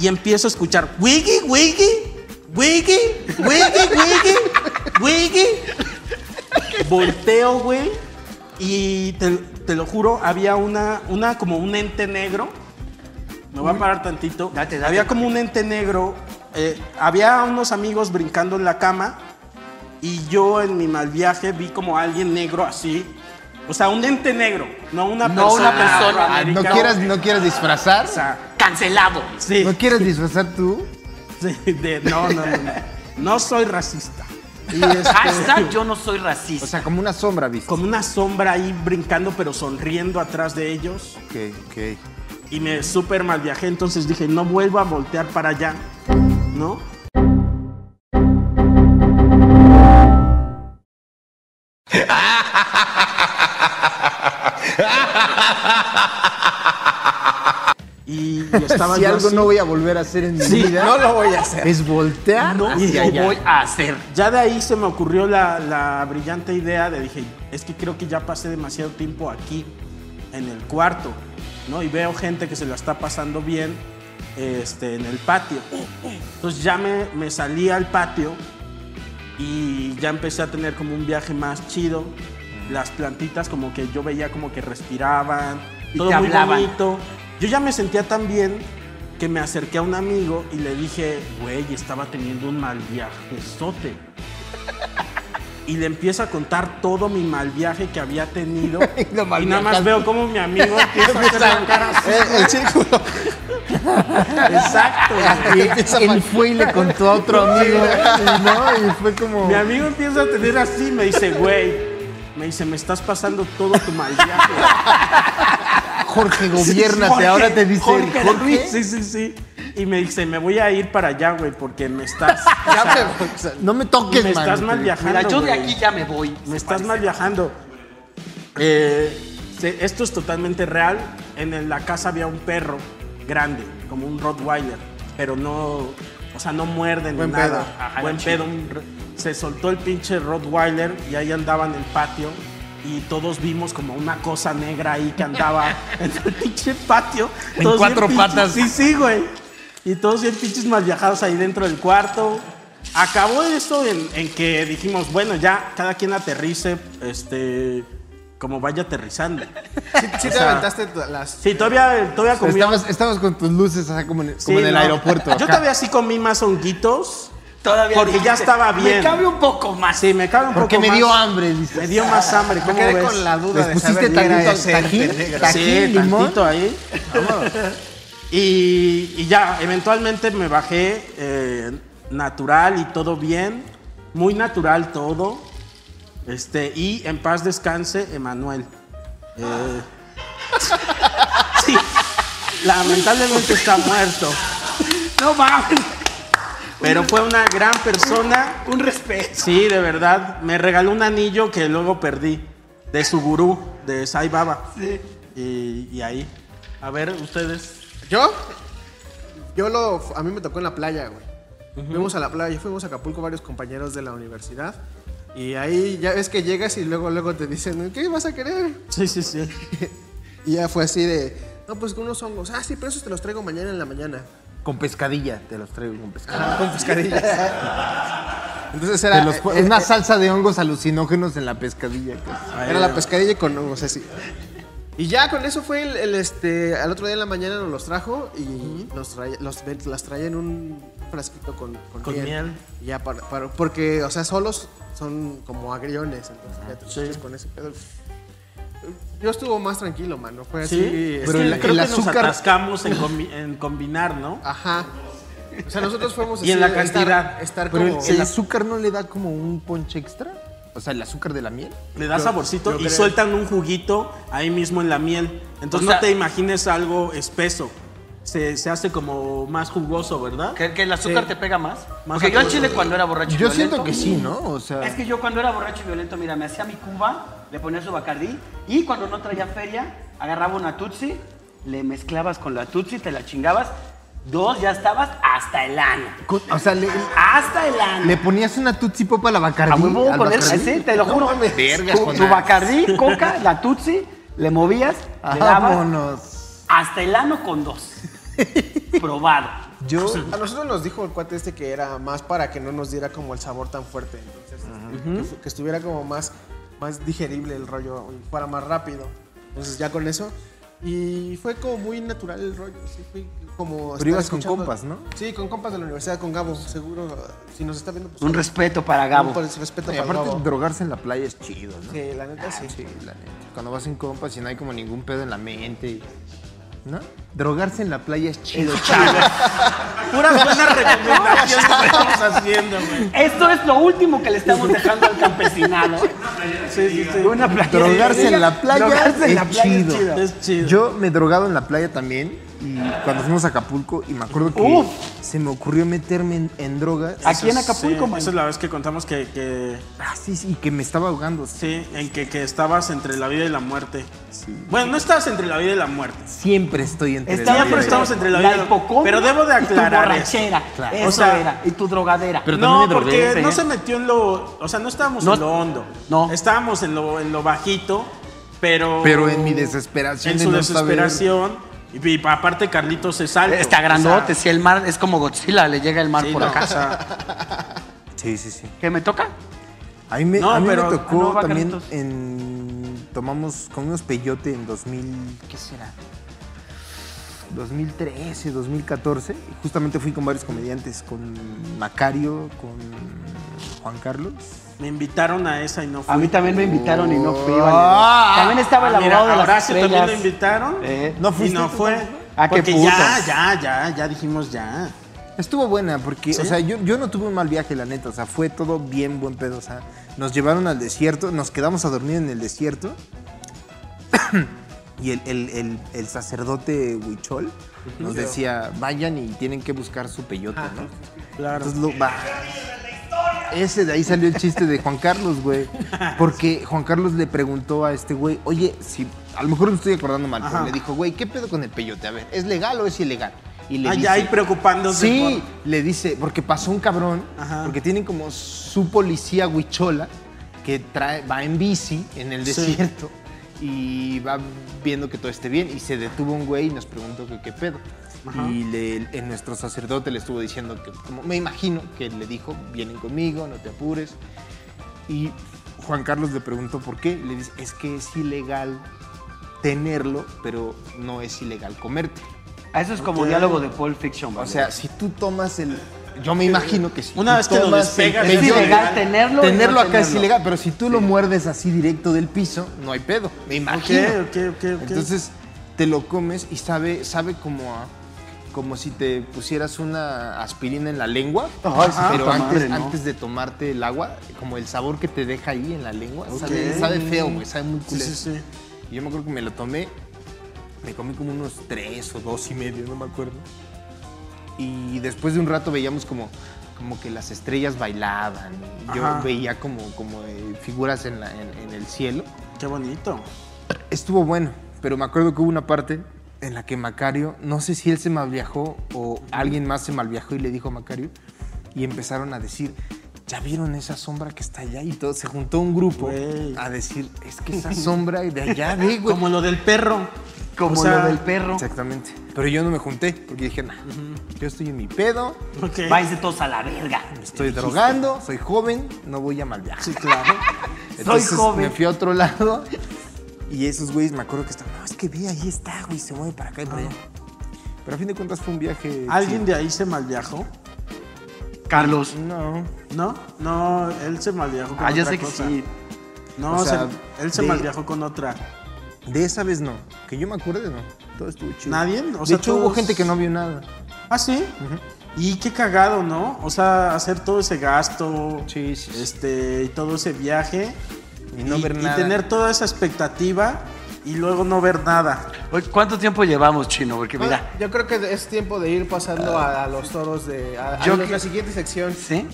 [SPEAKER 3] Y empiezo a escuchar Wiggy, Wiggy, Wiggy, Wiggy, Wiggy, Wiggy. Volteo, güey. Y te, te lo juro, había una, una como un ente negro. Me voy a parar tantito.
[SPEAKER 2] Date, date,
[SPEAKER 3] había como un ente negro. eh, había unos amigos brincando en la cama. Y yo en mi mal viaje vi como a alguien negro así. O sea, un ente negro, no una
[SPEAKER 2] No
[SPEAKER 3] persona.
[SPEAKER 2] una persona.
[SPEAKER 4] No
[SPEAKER 3] afroamericana.
[SPEAKER 4] quieras, no quieras disfrazar.
[SPEAKER 3] O sea,
[SPEAKER 2] Cancelado.
[SPEAKER 3] sí,
[SPEAKER 4] ¿No quieres disfrazar tú?
[SPEAKER 3] sí, de- no, no, no, no. No soy racista. Y este,
[SPEAKER 2] Hashtag yo no soy racista.
[SPEAKER 4] O sea, como una sombra, ¿viste?
[SPEAKER 3] con una sombra ahí brincando, pero sonriendo atrás de ellos.
[SPEAKER 4] Ok, ok.
[SPEAKER 3] Y me súper mal viajé, entonces dije, no vuelvo a voltear para allá, ¿no? Y, y estaba
[SPEAKER 4] Si
[SPEAKER 3] yo
[SPEAKER 4] algo
[SPEAKER 3] así.
[SPEAKER 4] no voy a volver a hacer en mi
[SPEAKER 3] Sí,
[SPEAKER 4] vida.
[SPEAKER 1] No lo voy a hacer.
[SPEAKER 4] Es voltear
[SPEAKER 3] No,
[SPEAKER 4] hacia
[SPEAKER 2] Lo
[SPEAKER 4] allá.
[SPEAKER 2] voy a hacer.
[SPEAKER 3] Ya de ahí se me ocurrió la, la brillante idea de dije, es que creo que ya pasé demasiado tiempo aquí, en el cuarto, ¿no? Y veo gente que se la está pasando bien este, en el patio. Entonces ya me, me salí al patio y ya empecé a tener como un viaje más chido. Las plantitas como que yo veía como que respiraban,
[SPEAKER 2] Y
[SPEAKER 3] todo
[SPEAKER 2] te
[SPEAKER 3] muy
[SPEAKER 2] hablaban.
[SPEAKER 3] bonito. Yo ya me sentía tan bien que me acerqué a un amigo y le dije, güey, estaba teniendo un mal viajezote. Y le empiezo a contar todo mi mal viaje que había tenido.
[SPEAKER 4] Lo
[SPEAKER 3] y nada más
[SPEAKER 4] malviajaste.
[SPEAKER 3] veo como mi amigo empieza a hacer la cara así.
[SPEAKER 1] Eh, El, el círculo.
[SPEAKER 3] Exacto. güey.
[SPEAKER 1] Empieza
[SPEAKER 4] Él fue y le contó a otro amigo. y ¿no? Y fue como.
[SPEAKER 3] Mi amigo empieza a tener así, me dice, güey. Me dice, me estás pasando todo tu mal viaje.
[SPEAKER 4] Jorge, gobiérnate.
[SPEAKER 3] Jorge,
[SPEAKER 4] ahora te dice el
[SPEAKER 3] Jorge Ruiz. Sí, sí, sí. Y me dice, me voy a ir para allá, güey, porque me estás. o sea,
[SPEAKER 1] Ya me voy a hacer.
[SPEAKER 4] No me toques,
[SPEAKER 3] me
[SPEAKER 4] man.
[SPEAKER 3] estás mal viajando.
[SPEAKER 2] Mira, yo de
[SPEAKER 3] güey.
[SPEAKER 2] aquí ya me voy.
[SPEAKER 3] Me
[SPEAKER 2] se
[SPEAKER 3] estás
[SPEAKER 2] parece.
[SPEAKER 3] mal viajando. Eh, se- esto es totalmente real. En el- la casa había un perro grande, como un Rottweiler, pero no, o sea, no muerde ni
[SPEAKER 1] Buen
[SPEAKER 3] nada.
[SPEAKER 1] pedo.
[SPEAKER 3] Ajá, Buen pedo. un re- se soltó el pinche Rottweiler y ahí andaba en el patio y todos vimos como una cosa negra ahí que andaba en el pinche patio.
[SPEAKER 5] En
[SPEAKER 3] Todos bien
[SPEAKER 5] cuatro
[SPEAKER 3] pinches-
[SPEAKER 5] patas.
[SPEAKER 3] Sí, sí, güey. Y todos bien pinches mal viajados ahí dentro del cuarto. Acabó esto en, en que dijimos, bueno, ya cada quien aterrice, este, como vaya aterrizando.
[SPEAKER 1] Sí, sí
[SPEAKER 3] O
[SPEAKER 1] te
[SPEAKER 3] sea,
[SPEAKER 1] aventaste tu- las.
[SPEAKER 3] Sí, todavía, todavía comí.
[SPEAKER 4] Estabas, estabas con tus luces ajá, como en,
[SPEAKER 3] sí,
[SPEAKER 4] como en el
[SPEAKER 3] no.
[SPEAKER 4] aeropuerto.
[SPEAKER 3] Yo
[SPEAKER 4] ajá.
[SPEAKER 3] todavía sí comí más honguitos.
[SPEAKER 2] Todavía
[SPEAKER 3] Porque
[SPEAKER 2] dijiste,
[SPEAKER 3] ya estaba bien.
[SPEAKER 2] Me cabe un poco más.
[SPEAKER 3] Sí, me cabe un
[SPEAKER 4] Porque
[SPEAKER 3] poco
[SPEAKER 4] me dio
[SPEAKER 3] más.
[SPEAKER 4] hambre, dice.
[SPEAKER 3] Me dio más hambre,
[SPEAKER 1] Me
[SPEAKER 3] ¿cómo
[SPEAKER 1] quedé
[SPEAKER 3] ves?
[SPEAKER 1] con la duda
[SPEAKER 4] ¿Les
[SPEAKER 1] de
[SPEAKER 4] pusiste
[SPEAKER 1] saber si era
[SPEAKER 4] tantito
[SPEAKER 1] ese
[SPEAKER 4] tajín?
[SPEAKER 1] ente negro.
[SPEAKER 4] Tajín,
[SPEAKER 3] Sí,
[SPEAKER 4] limón.
[SPEAKER 3] tantito ahí. Y, y ya, eventualmente me bajé eh, natural y todo bien. Muy natural todo. Este, y en paz descanse, Emanuel. Eh, sí, lamentablemente está muerto.
[SPEAKER 2] No mames.
[SPEAKER 3] Pero fue una gran persona.
[SPEAKER 2] Un respeto.
[SPEAKER 3] Sí, de verdad. Me regaló un anillo que luego perdí. De su gurú, de Sai Baba. Y, y ahí. A ver, ustedes.
[SPEAKER 1] ¿Yo? Yo lo. A mí me tocó en la playa, güey. Fuimos a la playa, fuimos a Acapulco varios compañeros de la universidad. Y ahí ya ves que llegas y luego, luego te dicen, ¿qué vas a querer?
[SPEAKER 3] Sí, sí, sí.
[SPEAKER 1] Y ya fue así de, no, pues con unos hongos. Ah, sí, pero esos te los traigo mañana en la mañana.
[SPEAKER 4] Con pescadilla, te los traigo con pescadilla.
[SPEAKER 1] Con pescadillas. Entonces
[SPEAKER 4] Te
[SPEAKER 1] era,
[SPEAKER 4] los pon-
[SPEAKER 1] eh,
[SPEAKER 4] una
[SPEAKER 1] eh,
[SPEAKER 4] salsa de hongos alucinógenos en la pescadilla. que es-
[SPEAKER 1] era la pescadilla con hongos así. Y ya con eso fue el, el, este, al otro día en la mañana nos los trajo y los traía- los ven- las traía en un frasquito con, con,
[SPEAKER 3] Con miel.
[SPEAKER 1] Y Ya para, para- porque, o sea, solos son como agriones, entonces ya te los
[SPEAKER 3] Sí.
[SPEAKER 1] echas con ese pedo. Yo estuvo más tranquilo, mano. Fue así.
[SPEAKER 3] Sí,
[SPEAKER 1] este,
[SPEAKER 4] Pero
[SPEAKER 3] es que
[SPEAKER 4] el- el
[SPEAKER 3] creo que nos
[SPEAKER 4] azúcar-
[SPEAKER 3] atascamos en, combi- en combinar, ¿no?
[SPEAKER 1] Ajá. O sea, nosotros fuimos
[SPEAKER 3] Y en la
[SPEAKER 1] así, estar-
[SPEAKER 3] cantidad.
[SPEAKER 1] Estar,
[SPEAKER 4] Pero
[SPEAKER 1] como.
[SPEAKER 4] el, el azúcar no le da como un ponche extra. O sea, el azúcar de la miel.
[SPEAKER 3] Le da saborcito
[SPEAKER 1] yo
[SPEAKER 3] y
[SPEAKER 1] creo.
[SPEAKER 3] sueltan un juguito ahí mismo en la miel. Entonces
[SPEAKER 2] O sea-
[SPEAKER 3] no te imagines algo espeso. Se, se hace como más jugoso, ¿verdad?
[SPEAKER 2] ¿Que, que el azúcar
[SPEAKER 1] Sí.
[SPEAKER 2] te pega más?
[SPEAKER 3] Más
[SPEAKER 2] Porque yo al
[SPEAKER 3] sabroso.
[SPEAKER 2] chile cuando era borracho y
[SPEAKER 4] Yo
[SPEAKER 2] violento-
[SPEAKER 4] siento que sí, ¿no? O sea,
[SPEAKER 2] Es que yo cuando era borracho y violento, mira, me hacía mi cuba, le ponía su bacardí y cuando no traía feria, agarraba una tutsi, le mezclabas con la tutsi, te la chingabas. Dos, ya estabas hasta el ano.
[SPEAKER 4] con- o sea le,
[SPEAKER 2] Hasta el ano.
[SPEAKER 4] le ponías una tutsi pop a la bacardí.
[SPEAKER 2] a huevo
[SPEAKER 4] al
[SPEAKER 2] con él,
[SPEAKER 4] Bacardí.
[SPEAKER 2] sí, te lo juro.
[SPEAKER 4] Vergas,
[SPEAKER 2] tu,
[SPEAKER 4] Jonás.
[SPEAKER 2] tu bacardí, coca, la tutsi, le movías, le dabas
[SPEAKER 4] Ah, Vámonos.
[SPEAKER 2] hasta el ano con dos. Probado.
[SPEAKER 4] Yo,
[SPEAKER 1] A nosotros nos dijo el cuate este que era más para que no nos diera como el sabor tan fuerte. Entonces, este, que fu- que, estuviera como más, más digerible el rollo y fuera más rápido. Entonces, ya con eso. Y fue como muy natural el rollo. sí, fue como estar
[SPEAKER 4] ibas con
[SPEAKER 1] escuchando-
[SPEAKER 4] compas, ¿no?
[SPEAKER 1] Sí, con compas de la universidad, con Gabo. Seguro, si nos está viendo, pues.
[SPEAKER 2] Un respeto para Gabo.
[SPEAKER 1] Por el respeto
[SPEAKER 4] y
[SPEAKER 1] para
[SPEAKER 4] aparte,
[SPEAKER 1] Gabo.
[SPEAKER 4] drogarse en la playa es chido, ¿no?
[SPEAKER 1] Sí, la neta sí.
[SPEAKER 4] Sí, la neta. Cuando vas en compas y no hay como ningún pedo en la mente. ¿No? Drogarse en la playa es chido.
[SPEAKER 3] Puras buenas recomendaciones que estamos haciendo, güey.
[SPEAKER 2] Esto es lo último que le estamos dejando al campesinado.
[SPEAKER 3] Sí, sí, sí.
[SPEAKER 2] Una playa.
[SPEAKER 4] Drogarse en la playa
[SPEAKER 2] Drogarse en
[SPEAKER 4] es
[SPEAKER 2] la playa es
[SPEAKER 4] chido.
[SPEAKER 2] chido.
[SPEAKER 3] Es chido.
[SPEAKER 4] Yo me he drogado en la playa también. Y cuando fuimos a Acapulco, y me acuerdo que
[SPEAKER 2] Uf.
[SPEAKER 4] se me ocurrió meterme en, en drogas.
[SPEAKER 2] Aquí en
[SPEAKER 3] Eso
[SPEAKER 2] Acapulco,
[SPEAKER 3] sí,
[SPEAKER 2] man.
[SPEAKER 3] Esa es la vez que contamos que, que-
[SPEAKER 4] Ah, sí, sí, y que me estaba ahogando.
[SPEAKER 3] sí, en que, que estabas entre la vida y la muerte. Bueno, no estabas entre la vida y la muerte.
[SPEAKER 4] Siempre estoy entre
[SPEAKER 2] Estaba-
[SPEAKER 4] la vida
[SPEAKER 3] Siempre
[SPEAKER 4] y-
[SPEAKER 3] estamos entre la vida y la-
[SPEAKER 2] hipocondria
[SPEAKER 3] pero debo de
[SPEAKER 2] y tu
[SPEAKER 3] aclarar
[SPEAKER 2] borrachera.
[SPEAKER 3] eso.
[SPEAKER 4] Claro.
[SPEAKER 2] Eso
[SPEAKER 3] O sea,
[SPEAKER 2] era. Y tu drogadera.
[SPEAKER 4] Pero
[SPEAKER 3] no,
[SPEAKER 4] también me drogué,
[SPEAKER 3] porque
[SPEAKER 4] ¿eh?
[SPEAKER 3] no se metió en lo. O sea, no estábamos
[SPEAKER 2] No,
[SPEAKER 3] en lo hondo.
[SPEAKER 2] no.
[SPEAKER 3] Estábamos en lo, en lo bajito, pero.
[SPEAKER 4] Pero en mi desesperación
[SPEAKER 3] En
[SPEAKER 4] de
[SPEAKER 3] su
[SPEAKER 4] no saber.
[SPEAKER 3] desesperación. Y, y aparte, Carlitos es alto.
[SPEAKER 2] Está grandote.
[SPEAKER 3] O sea,
[SPEAKER 2] si el mar es como Godzilla, le llega el mar
[SPEAKER 3] sí,
[SPEAKER 2] por
[SPEAKER 3] no,
[SPEAKER 2] acá.
[SPEAKER 3] o sea,
[SPEAKER 4] Sí, sí, sí.
[SPEAKER 2] ¿Qué me toca?
[SPEAKER 4] A mí me,
[SPEAKER 3] No,
[SPEAKER 4] a mí me
[SPEAKER 3] pero-
[SPEAKER 4] tocó
[SPEAKER 2] no, va,
[SPEAKER 4] también
[SPEAKER 2] Carlitos.
[SPEAKER 4] en. Tomamos, comimos peyote en 2000.
[SPEAKER 2] ¿Qué será?
[SPEAKER 4] 2013, 2014. y Justamente fui con varios comediantes, con Macario, con Juan Carlos.
[SPEAKER 3] me invitaron a esa y no fui.
[SPEAKER 2] A mí también me invitaron y no fui. vale.
[SPEAKER 4] Ah.
[SPEAKER 2] También estaba el
[SPEAKER 3] Oh. Ah, mira,
[SPEAKER 2] abogado de
[SPEAKER 3] a
[SPEAKER 2] las
[SPEAKER 3] Horacio también
[SPEAKER 2] estrellas.
[SPEAKER 3] lo invitaron.
[SPEAKER 2] Eh,
[SPEAKER 4] ¿no
[SPEAKER 3] y
[SPEAKER 4] fuiste
[SPEAKER 3] no
[SPEAKER 4] tú
[SPEAKER 3] fue.
[SPEAKER 4] tampoco?
[SPEAKER 2] Ah, qué
[SPEAKER 3] porque ya,
[SPEAKER 2] putas.
[SPEAKER 3] ya, ya, ya dijimos ya.
[SPEAKER 4] Estuvo buena porque, o sea, yo, yo no tuve un mal viaje, la neta. O sea, fue todo bien buen pedo. O sea, nos llevaron al desierto, nos quedamos a dormir en el desierto. y el, el- el- el sacerdote Huichol nos decía, vayan y tienen que buscar su peyote, ¿no?
[SPEAKER 3] Ah, Claro.
[SPEAKER 4] Entonces lo va. Ese de ahí salió el chiste de Juan Carlos, güey. Porque Juan Carlos le preguntó a este güey, oye, si a lo mejor me estoy acordando mal, pero
[SPEAKER 3] Ajá.
[SPEAKER 4] le dijo, güey, ¿qué pedo con el peyote? A ver, ¿es legal o es ilegal? Y le
[SPEAKER 3] Ah,
[SPEAKER 4] dice,
[SPEAKER 3] ya, y preocupándose
[SPEAKER 4] Sí, le dice, porque pasó un cabrón,
[SPEAKER 3] Ajá.
[SPEAKER 4] porque tienen como su policía huichola que trae, va en bici en el
[SPEAKER 3] Sí.
[SPEAKER 4] desierto y va viendo que todo esté bien y se detuvo un güey y nos preguntó que qué pedo. Y le- en nuestro sacerdote le estuvo diciendo que, como me imagino que le dijo, vienen conmigo, no te apures. Y Juan Carlos le preguntó por qué. Le dice, es que es ilegal tenerlo, pero no es ilegal comerte.
[SPEAKER 2] Ah, Eso es como diálogo de Pulp Fiction.
[SPEAKER 4] O
[SPEAKER 2] vale.
[SPEAKER 4] sea, si tú tomas el. Yo me imagino que si
[SPEAKER 3] Una
[SPEAKER 4] tú
[SPEAKER 3] vez que lo
[SPEAKER 4] tomas
[SPEAKER 3] despegas,
[SPEAKER 4] el
[SPEAKER 2] es
[SPEAKER 4] peyote-
[SPEAKER 2] ilegal tenerlo. y
[SPEAKER 4] Tenerlo
[SPEAKER 2] no
[SPEAKER 4] acá es
[SPEAKER 2] tenerlo.
[SPEAKER 4] ilegal, pero si tú lo muerdes así directo del piso, no hay pedo. Me imagino.
[SPEAKER 3] ok, ok, ok.
[SPEAKER 4] Entonces te lo comes y sabe, sabe como a- como si te pusieras una aspirina en la lengua,
[SPEAKER 2] Ay, sí,
[SPEAKER 4] pero
[SPEAKER 2] puta
[SPEAKER 4] antes,
[SPEAKER 2] madre, ¿no?
[SPEAKER 4] antes de tomarte el agua, como el sabor que te deja ahí en la lengua,
[SPEAKER 3] Ok.
[SPEAKER 4] sabe, sabe feo, güey, sabe muy
[SPEAKER 3] Sí,
[SPEAKER 4] culero.
[SPEAKER 3] sí, sí.
[SPEAKER 4] Y yo me acuerdo que me lo tomé, me comí como unos tres o dos y medio, no me acuerdo. Y después de un rato veíamos como, como que las estrellas bailaban. y Yo
[SPEAKER 3] Ajá.
[SPEAKER 4] veía como, como eh, figuras en, la- en- en el cielo.
[SPEAKER 3] Qué bonito.
[SPEAKER 4] Estuvo bueno, pero me acuerdo que hubo una parte en la que Macario, no sé si él se malviajó o alguien más se malviajó y le dijo a Macario, y empezaron a decir, ¿ya vieron esa sombra que está allá? Y todo, se juntó un grupo
[SPEAKER 3] Güey.
[SPEAKER 4] a decir, es que esa sombra de allá, ve, güey.
[SPEAKER 3] Como lo del perro.
[SPEAKER 2] Como
[SPEAKER 3] O sea,
[SPEAKER 2] lo del perro.
[SPEAKER 4] Exactamente. Pero yo no me junté porque dije, nah, yo estoy en mi pedo,
[SPEAKER 3] Ok.
[SPEAKER 2] Váyanse todos a la verga.
[SPEAKER 4] me estoy drogando, soy joven, no voy a mal viaje.
[SPEAKER 3] Sí, claro.
[SPEAKER 4] Entonces,
[SPEAKER 2] joven.
[SPEAKER 4] Me fui a otro lado y esos güeyes me acuerdo que estaban, no, es que ve, ahí está, güey, se mueve para acá y para allá. Pero a fin de cuentas fue un viaje.
[SPEAKER 3] Ah. ¿Alguien de ahí se malviajó?
[SPEAKER 2] Carlos.
[SPEAKER 4] chido. No.
[SPEAKER 3] ¿No? No, él se malviajó con
[SPEAKER 2] Ah,
[SPEAKER 3] otra
[SPEAKER 2] yo sé que
[SPEAKER 3] cosa.
[SPEAKER 2] sí.
[SPEAKER 3] No,
[SPEAKER 4] O sea,
[SPEAKER 3] se- él se
[SPEAKER 4] de-
[SPEAKER 3] malviajó con otra.
[SPEAKER 4] De esa vez no. Que yo me acuerde, no. Todo estuvo chido.
[SPEAKER 3] ¿Nadie? O
[SPEAKER 4] de
[SPEAKER 3] sea,
[SPEAKER 4] hecho, hubo
[SPEAKER 3] todos-
[SPEAKER 4] gente que no vio nada.
[SPEAKER 3] Ah, sí. Y qué cagado, ¿no? O sea, hacer todo ese gasto.
[SPEAKER 4] Sí, sí, sí.
[SPEAKER 3] Este, y todo ese viaje.
[SPEAKER 4] Y no ver nada.
[SPEAKER 3] tener toda esa expectativa y luego no ver nada.
[SPEAKER 2] Oye, ¿Cuánto tiempo llevamos, Chino? Porque
[SPEAKER 3] Pues
[SPEAKER 2] mira,
[SPEAKER 1] Yo creo que es tiempo de ir pasando a, a los toros de. A, a
[SPEAKER 2] Yo
[SPEAKER 1] los-
[SPEAKER 2] que-
[SPEAKER 1] la siguiente sección.
[SPEAKER 2] ¿sí?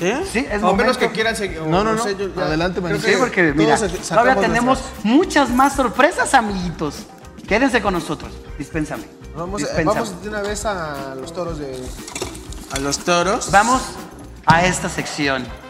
[SPEAKER 3] ¿Eh?
[SPEAKER 2] Sí, es
[SPEAKER 1] o menos
[SPEAKER 2] momento.
[SPEAKER 1] que quieran seguir. o
[SPEAKER 4] No, no, no.
[SPEAKER 1] yo ya-
[SPEAKER 4] Adelante,
[SPEAKER 1] creo
[SPEAKER 4] Manix.
[SPEAKER 1] que
[SPEAKER 2] Sí, porque
[SPEAKER 1] todos
[SPEAKER 2] mira,
[SPEAKER 1] sac-
[SPEAKER 2] todavía
[SPEAKER 1] sacamos
[SPEAKER 2] tenemos
[SPEAKER 1] nuestras-
[SPEAKER 2] muchas más sorpresas, amiguitos. Quédense con nosotros. Dispénsame.
[SPEAKER 1] Vamos, eh,
[SPEAKER 2] Dispénsame.
[SPEAKER 1] vamos de una vez a los toros de.
[SPEAKER 3] A los toros.
[SPEAKER 2] Vamos a esta sección.